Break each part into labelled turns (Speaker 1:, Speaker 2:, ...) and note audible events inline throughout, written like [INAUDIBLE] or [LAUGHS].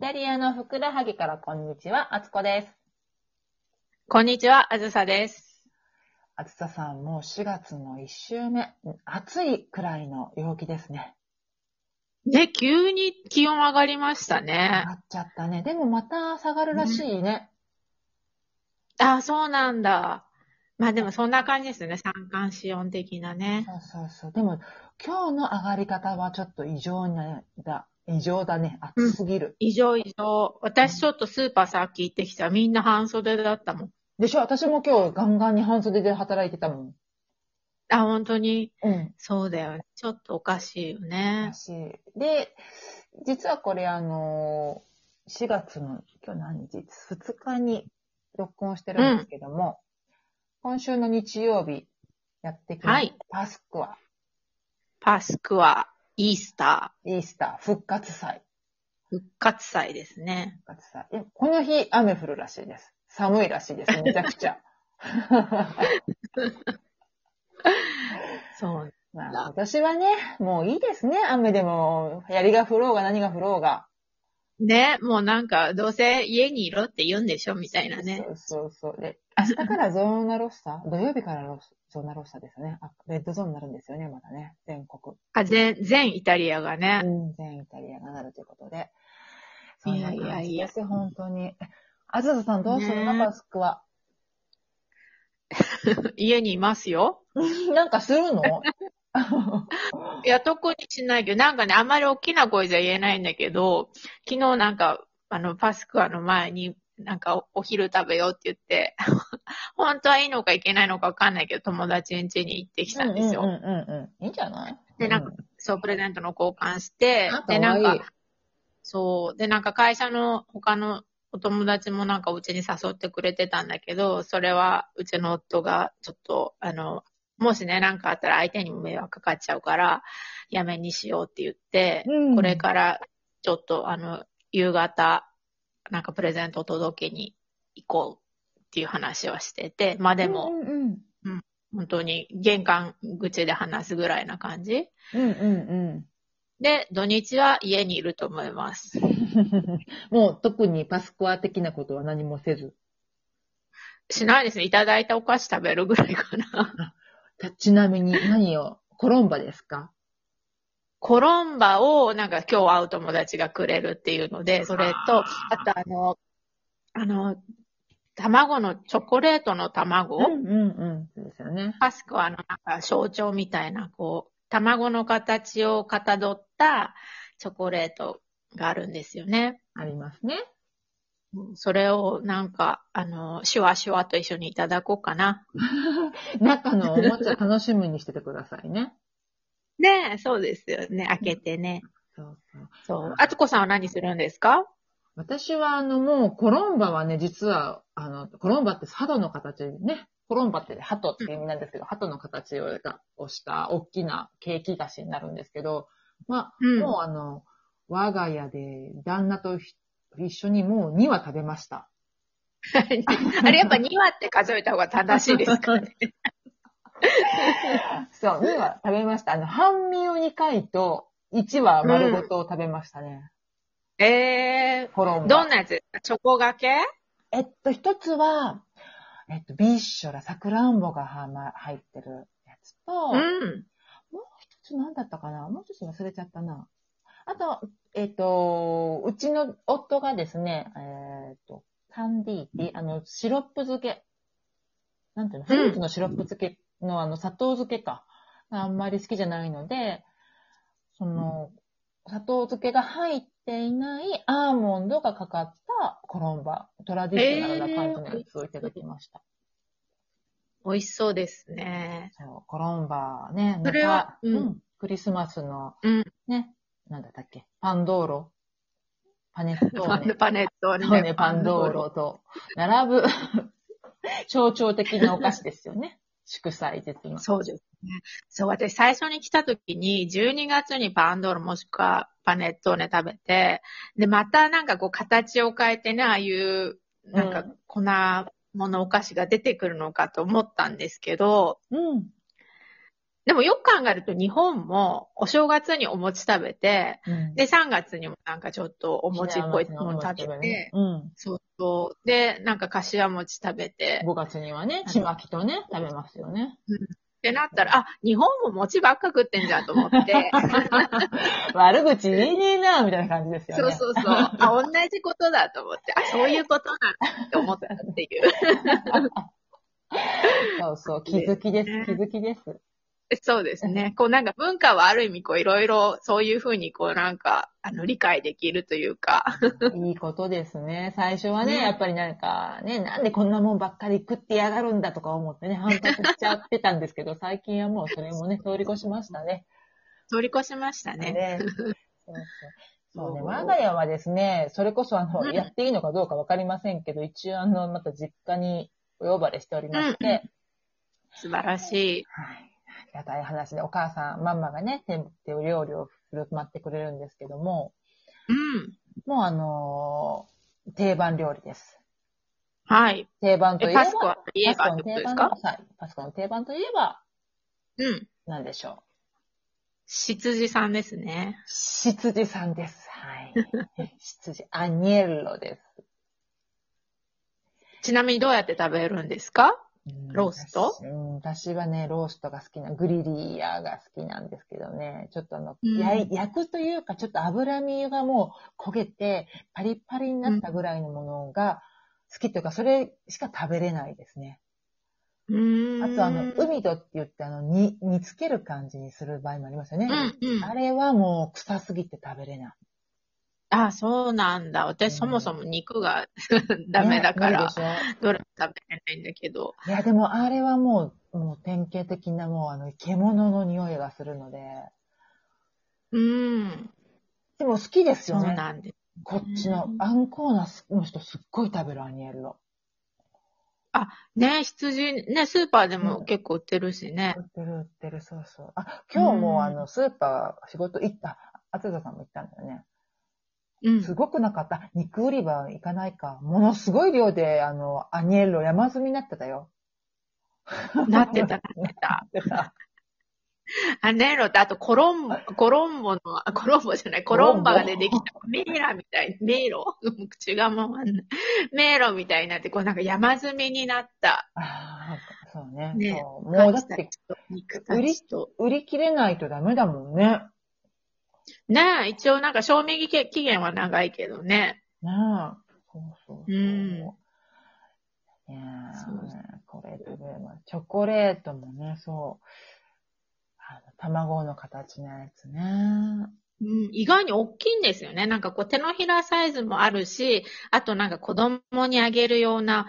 Speaker 1: タリアのふくらはぎからこんにちは、あつこです。
Speaker 2: こんにちは、あずさです。
Speaker 1: あつささん、もう4月の1週目、暑いくらいの陽気ですね。
Speaker 2: ね、急に気温上がりました
Speaker 1: 上
Speaker 2: ね
Speaker 1: が。っちゃったね。でもまた下がるらしいね。
Speaker 2: あ、そうなんだ。まあでもそんな感じですね。三寒四温的なね。
Speaker 1: そうそうそう。でも、今日の上がり方はちょっと異常なだ。異常だね。暑すぎる。
Speaker 2: 異常異常。私ちょっとスーパーさっき行ってきたらみんな半袖だったもん。
Speaker 1: でしょ私も今日ガンガンに半袖で働いてたもん。
Speaker 2: あ、本当に。
Speaker 1: うん。
Speaker 2: そうだよね。ちょっとおかしいよ
Speaker 1: だ
Speaker 2: ね。
Speaker 1: しで、実はこれあの、4月の、今日何日 ?2 日に録音してるんですけども、今週の日曜日やってきま
Speaker 2: は
Speaker 1: した
Speaker 2: い。
Speaker 1: パスクア、
Speaker 2: パスクはイースタ
Speaker 1: イースター、復活祭。
Speaker 2: ー、復活祭ですね。
Speaker 1: 復活祭。えこの日雨降るらしいです。寒いらしいです。めちゃくち
Speaker 2: [LAUGHS]
Speaker 1: ゃ。
Speaker 2: そう。
Speaker 1: まあ、今年はね、もういいですね。雨でも、槍が降ろうが何が降ろうが。
Speaker 2: ね、もうなんか、どうせ家にいろって言うんでしょみたいなね。
Speaker 1: そうそうそう。で、明日からゾーナロッサー土曜日からロスゾーナロッサーですね。あ、レッドゾーンになるんですよね、まだね。全国。
Speaker 2: あ、全、全イタリアがね。
Speaker 1: 全イタリアがなるということで。そんな感じです。
Speaker 2: いやいやいや
Speaker 1: 本当に。えあずささんどうするの、
Speaker 2: ね
Speaker 1: マスクは。
Speaker 2: 家にいますよ。
Speaker 1: なんかするの
Speaker 2: いや、特にしないけど、なんかね、あんまり大きな声じゃ言えないんだけど、昨日なんか、あの、パスクアの前に、なんかおお昼食べようって言って、 [LAUGHS] 本当はいいのかいけないのかわかんないけど、友達ん家に行ってきたんですよ。
Speaker 1: うんうんうんうん。いいんじゃない
Speaker 2: でなんか
Speaker 1: う
Speaker 2: そう、プレゼントの交換して
Speaker 1: あ、可
Speaker 2: で、な
Speaker 1: 愛い
Speaker 2: んか、そう、で、なんか会社の他のお友達もなんかうちに誘ってくれてたんだけど、それはうちの夫がちょっと、あの、もしね、なんかあったら相手にも迷惑かかっちゃうから、やめにしようって言って、
Speaker 1: うん
Speaker 2: これからちょっと、あの、夕方、なんかプレゼントを届けに行こうっていう話はしてて、まあでも、
Speaker 1: うんうん
Speaker 2: 本当に玄関口で話すぐらいな感じ。
Speaker 1: うん。うんうん
Speaker 2: で、土日は家にいると思います。
Speaker 1: うん。もう特にパスクア的なことは何もせず。
Speaker 2: しないですね。いただいたお菓子食べるぐらいかな。 [LAUGHS]
Speaker 1: たちなみに何をコロンバですか
Speaker 2: コロンバをなんか今日会う友達がくれるっていうので、それと、あとあの、あの、卵の、チョコレートの卵、
Speaker 1: うんうん。そうですよね。
Speaker 2: パスコアのなんか象徴みたいな、こう、卵の形をかたどったチョコレートがあるんですよね。
Speaker 1: ありますね。
Speaker 2: それをなんか、あの、シュワシュワと一緒にいただこうかな。
Speaker 1: 中のおもちゃ楽しみにしててくださいね。
Speaker 2: ねえ、そうですよね。開けてね。
Speaker 1: そうそう。
Speaker 2: [LAUGHS] そう。あつこさんは何するんですか
Speaker 1: 私はあのもうコロンバはね、実は、あの、コロンバって鳩の形ね、コロンバって鳩って意味なんですけど、鳩の形をがをした大きなケーキ菓子になるんですけど、ま
Speaker 2: う
Speaker 1: あ、
Speaker 2: ん。
Speaker 1: もうあの、我が家で旦那とひ一緒にもう2は食べました。
Speaker 2: [LAUGHS] あれやっぱ2話って数えた方が正しい
Speaker 1: [LAUGHS]
Speaker 2: ですかね。
Speaker 1: そう、2は食べました。あの、半身を2回と、1は丸ごとを食べましたね。
Speaker 2: え
Speaker 1: コロン
Speaker 2: ー、
Speaker 1: バ。
Speaker 2: どんなやつチョコがけ
Speaker 1: えっと、一つは、えっと、ビッショラ、サクランボがは、ま、入ってるやつと、
Speaker 2: う。
Speaker 1: もうん一つ何だったかなもう一つ忘れちゃったな。あと、えっと、うちの夫がですね、えっと、カンディーって、あの、シロップ漬け。なんていうのフルーツのシロップ漬けの、あの、砂糖漬けか。あんまり好きじゃないので、その、砂糖漬けが入っていないアーモンドがかかったコロンバ、トラディショナルな感じのやつをいただきました。
Speaker 2: 美味しそうですね。
Speaker 1: そう、コロンバね、
Speaker 2: それは
Speaker 1: また
Speaker 2: うん
Speaker 1: クリスマスの、
Speaker 2: うん。
Speaker 1: ね、なんだったっけ、パンドーロ、パネット
Speaker 2: [LAUGHS] パ
Speaker 1: ー
Speaker 2: ン
Speaker 1: ネ、
Speaker 2: パネット
Speaker 1: そうねパンドー。ロと並ぶ [LAUGHS] 象徴的なお菓子ですよね。祝祭日の。
Speaker 2: そうですね。そう、私最初に来た時に、12月にパンドールもしくはパネットをね食べて、で、またなんかこう形を変えてね、ああいう、なんか粉物お菓子が出てくるのかと思ったんですけど、
Speaker 1: うん。
Speaker 2: でもよく考えると日本もお正月にお餅食べて、
Speaker 1: うん
Speaker 2: で、3月にもなんかちょっとお餅っぽいもの食べて、
Speaker 1: うん。
Speaker 2: そうそう。で、なんか柏餅食べて、
Speaker 1: 5月にはね、ちまきとね、食べますよね。 [LAUGHS]
Speaker 2: ってなったら、あ、日本も餅ばっか食ってんじゃんと思って、
Speaker 1: 悪口言えねえな、みたいな感じですよね。
Speaker 2: [LAUGHS] そうそうそう、あ、同じことだと思って、あ、そういうことなんだって思ったっていう。 [LAUGHS]
Speaker 1: そうそう、気づきです、気づきです。
Speaker 2: そうですね。こうなんか文化はある意味こういろいろそういうふうにこうなんか、あの理解できるというか、
Speaker 1: いいことですね。最初はね、
Speaker 2: ね
Speaker 1: やっぱりなんか、ね、なんでこんなもんばっかり食ってやがるんだとか思ってね、反発しちゃってたんですけど、 [LAUGHS] 最近はもうそれもね、通り越しましたね。
Speaker 2: 通り越しましたね。
Speaker 1: ねそうそうそうね、
Speaker 2: そう
Speaker 1: 我が家はですね、それこそあの、
Speaker 2: うん
Speaker 1: やっていいのかどうかわかりませんけど、一応あの、また実家にお呼ばれしておりまして、
Speaker 2: うんうん素晴らしい。
Speaker 1: はい。ありがたい話で、お母さん、ママがね、手手料理を振る舞ってくれるんですけども、
Speaker 2: うん。
Speaker 1: もうあのー定番料理です。
Speaker 2: はい。
Speaker 1: 定番とい
Speaker 2: え、
Speaker 1: えば、
Speaker 2: パスコといえばってことです
Speaker 1: パ
Speaker 2: か
Speaker 1: スコの定番のはい。パスコの定番といえば、
Speaker 2: うん。
Speaker 1: 何でしょ
Speaker 2: 羊さんですね
Speaker 1: う。。羊さんです。はい。 [LAUGHS] 羊、アニエッロです。
Speaker 2: ちなみにどうやって食べるんですか
Speaker 1: うん
Speaker 2: ロースト
Speaker 1: 私うん、私はね、ローストが好きな、グリリアが好きなんですけどね、ちょっとあの、
Speaker 2: うん
Speaker 1: 焼い焼くというか、ちょっと脂身がもう焦げて、パリッパリになったぐらいのものが好きというか、それしか食べれないですね。
Speaker 2: うーん。
Speaker 1: あとあの、海とって言って、あの、煮、煮つける感じにする場合もありますよね。
Speaker 2: うんうん。
Speaker 1: あれはもう臭すぎて食べれない。
Speaker 2: あ、そうなんだ。
Speaker 1: う
Speaker 2: 私
Speaker 1: ん
Speaker 2: そもそも肉が [LAUGHS] ダメだか
Speaker 1: ね無
Speaker 2: ら、
Speaker 1: 理でし
Speaker 2: どれも食べれないんだけど。
Speaker 1: ょいや、でもあれはもう、もう典型的なもうあの、獣の匂いがするので。
Speaker 2: うん。
Speaker 1: でも好きです
Speaker 2: そ
Speaker 1: よ
Speaker 2: う
Speaker 1: ね。
Speaker 2: なんです。
Speaker 1: こっちの
Speaker 2: う、ん
Speaker 1: アンコーナーの人すっごい食べるアニエルロ。
Speaker 2: ね、羊、ね、スーパーで
Speaker 1: う
Speaker 2: も
Speaker 1: ん
Speaker 2: 結構売ってるしね
Speaker 1: 売。ってる売ってる、そうそう。あ、今日もあ
Speaker 2: う
Speaker 1: の、スーパー仕事行った、あつさんも行ったんだよね。
Speaker 2: うん。
Speaker 1: すごくなかった。肉売り場行かないか。ものすごい量で、あの、アニエルロ山積みになってたよ。
Speaker 2: なってた、なってた。
Speaker 1: でさ
Speaker 2: アネロと、あとコロンボ、コロンボの、あコロンボじゃない、コロンバが出てきた。迷路みたい、迷路口が回んない。迷路みたいになって、こうなんか山積みになった。
Speaker 1: [LAUGHS] あーそうね。
Speaker 2: ね
Speaker 1: そうもうだっ
Speaker 2: カツた
Speaker 1: て、
Speaker 2: ちと肉たちと。
Speaker 1: 売り切れないとダメだもんね。
Speaker 2: ねえ、一応なんか賞味期限は長いけどね。
Speaker 1: ねえ。そうそうそう。
Speaker 2: うん
Speaker 1: ねえ
Speaker 2: そうそ
Speaker 1: これ食べます。チョコレートもね、そう。あの卵の形のやつね。
Speaker 2: うん、意外に大きいんですよね。なんかこう手のひらサイズもあるし、あとなんか子供にあげるような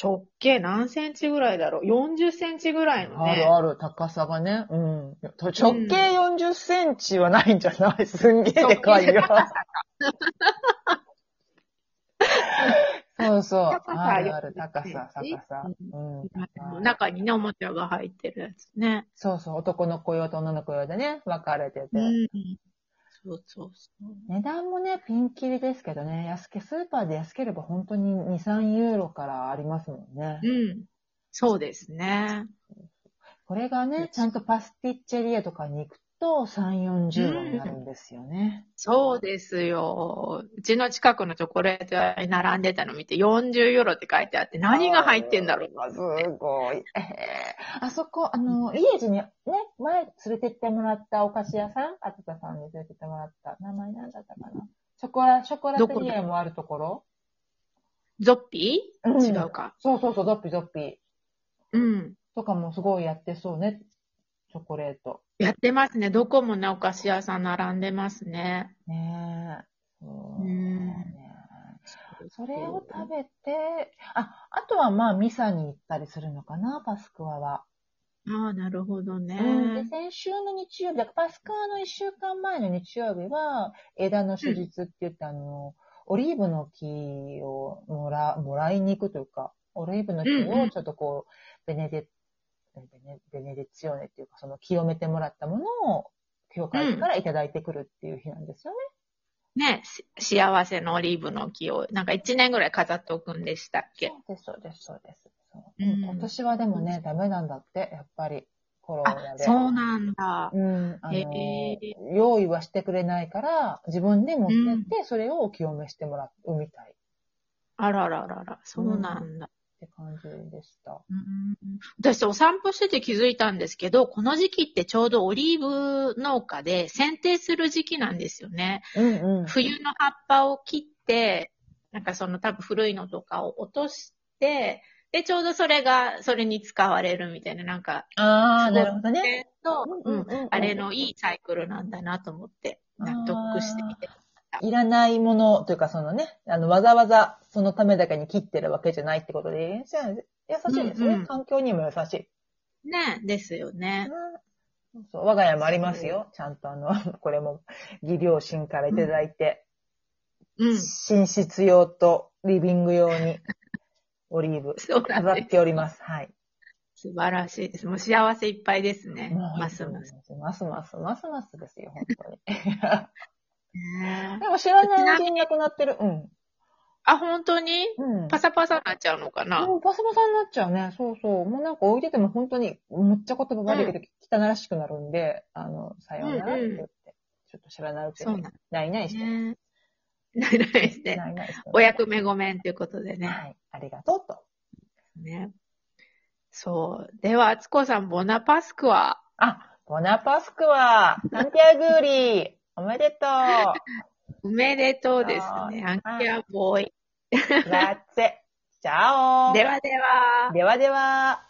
Speaker 2: 直径何センチぐらいだろう ?40 センチぐらいの
Speaker 1: あ
Speaker 2: ね
Speaker 1: る。ある、高さがね。うん。直径40センチはないんじゃない、すんげえでかいよ。 [LAUGHS] そうそう。
Speaker 2: 高さ
Speaker 1: あるある、高
Speaker 2: 40
Speaker 1: さ、
Speaker 2: センチ
Speaker 1: 高さ。うん。高い
Speaker 2: 中にね、おもちゃが入ってるやつね。
Speaker 1: そうそう、男の子用と女の子用でね、分かれてて。
Speaker 2: うん。そうそうそう。
Speaker 1: 値段もね、ピンキリですけどね、安け、スーパーで安ければ本当に2、3ユーロからありますもんね。
Speaker 2: うん。そうですね。
Speaker 1: これがね、ちゃんとパスティッチェリアとかに行くと3、40ユーロになるんですよね。
Speaker 2: そうですよ。うちの近くのチョコレート屋に並んでたの見て40ユーロって書いてあって何が入ってんだろう
Speaker 1: あーすごい。えーあそこ、あの、家路にね、前連れてってもらったお菓子屋さん、あつたさんに連れてってもらった。名前なんだったかな。ショコラ、ショコラテリアもあるところ
Speaker 2: ゾッピ
Speaker 1: うん
Speaker 2: ー違うか。
Speaker 1: そうそうそう、ゾッピゾッピ
Speaker 2: うん。
Speaker 1: とかもすごいやってそうね、チョコレート。
Speaker 2: やってますね。どこもね、お菓子屋さん並んでますね。
Speaker 1: ねえ。そう
Speaker 2: うん
Speaker 1: ねそれを食べて、あ、あとはまあミサに行ったりするのかな、パスクワは。
Speaker 2: ああ、なるほどね。
Speaker 1: うんで、先週の日曜日、だからパスクワの1週間前の日曜日は、枝の手術って言って、あの、オリーブの木をもら、もらいに行くというか、オリーブの木
Speaker 2: うんう
Speaker 1: を
Speaker 2: ん
Speaker 1: ちょっとこう、ベネデ、ベネベネデツヨネっていうか、その清めてもらったものを、教会からいただいてくるっていう日なんですよね。
Speaker 2: ね、し幸せのオリーブの木を、なんか一年ぐらい飾っておくんでしたっけ
Speaker 1: そうです、そうです、そうです。そう
Speaker 2: うん
Speaker 1: 今年はでもね、ダメなんだって、やっぱり。コロナ
Speaker 2: あ、
Speaker 1: で。
Speaker 2: そうなんだ。
Speaker 1: うん、あの、
Speaker 2: へえ
Speaker 1: 用意はしてくれないから、自分で持ってって、それをお清めしてもらうみたいっ
Speaker 2: あらららら、そうなんだ。
Speaker 1: て感じでした。
Speaker 2: うん私、お散歩してて気づいたんですけど、この時期ってちょうどオリーブ農家で剪定する時期なんですよね。
Speaker 1: うんうん。
Speaker 2: 冬の葉っぱを切って、なんかその多分古いのとかを落として、で、ちょうどそれが、それに使われるみたいな、なんか、
Speaker 1: あ
Speaker 2: ーなるほ
Speaker 1: ど。
Speaker 2: と、
Speaker 1: う
Speaker 2: うん
Speaker 1: うんう
Speaker 2: ん
Speaker 1: んうん
Speaker 2: あれのいいサイクルなんだなと思って、納得してみて。
Speaker 1: いらないものというか、そのね、あの、わざわざそのためだけに切ってるわけじゃないってことで、優しいですね。
Speaker 2: うんうん
Speaker 1: 環境にも優しい。
Speaker 2: ね、ですよね。
Speaker 1: うんそう我が家もありますよ。ちゃんとあの、 [LAUGHS] これも、義両親からいただいて、
Speaker 2: うん。
Speaker 1: 寝室用とリビング用に、オリーブ、
Speaker 2: そうなん
Speaker 1: 飾
Speaker 2: で
Speaker 1: っております。はい。
Speaker 2: す。素晴らしいです。もう幸せいっぱいですね。
Speaker 1: もう
Speaker 2: ますます。。
Speaker 1: ますます、ますますですよ、本当に。
Speaker 2: ね
Speaker 1: でも知らないうちになくなってる。うん。
Speaker 2: あ、本当に
Speaker 1: うん。
Speaker 2: パサパサになっちゃうのかな、
Speaker 1: もうパサパサになっちゃうね。そうそう。もうなんか置いてても本当に、むっちゃ言葉悪いけど、汚らしくなるんで、あの、さようならって言って、ちょっと知らないうち
Speaker 2: そう
Speaker 1: に
Speaker 2: なん、
Speaker 1: ないない
Speaker 2: です
Speaker 1: して、
Speaker 2: ね。ないないですね。
Speaker 1: ないないして。
Speaker 2: [LAUGHS] お役目ごめんということでね。
Speaker 1: はい。ありがとうと。
Speaker 2: ね。そう。では、敦子さん、ボナパスクは、
Speaker 1: あ、ボナパスクは、サンティアグーリー、おめ
Speaker 2: [LAUGHS]
Speaker 1: でとう。
Speaker 2: おめでとうですね。アンケアボーイ。
Speaker 1: ラッツェ、チャオ。
Speaker 2: ではでは。
Speaker 1: ではでは。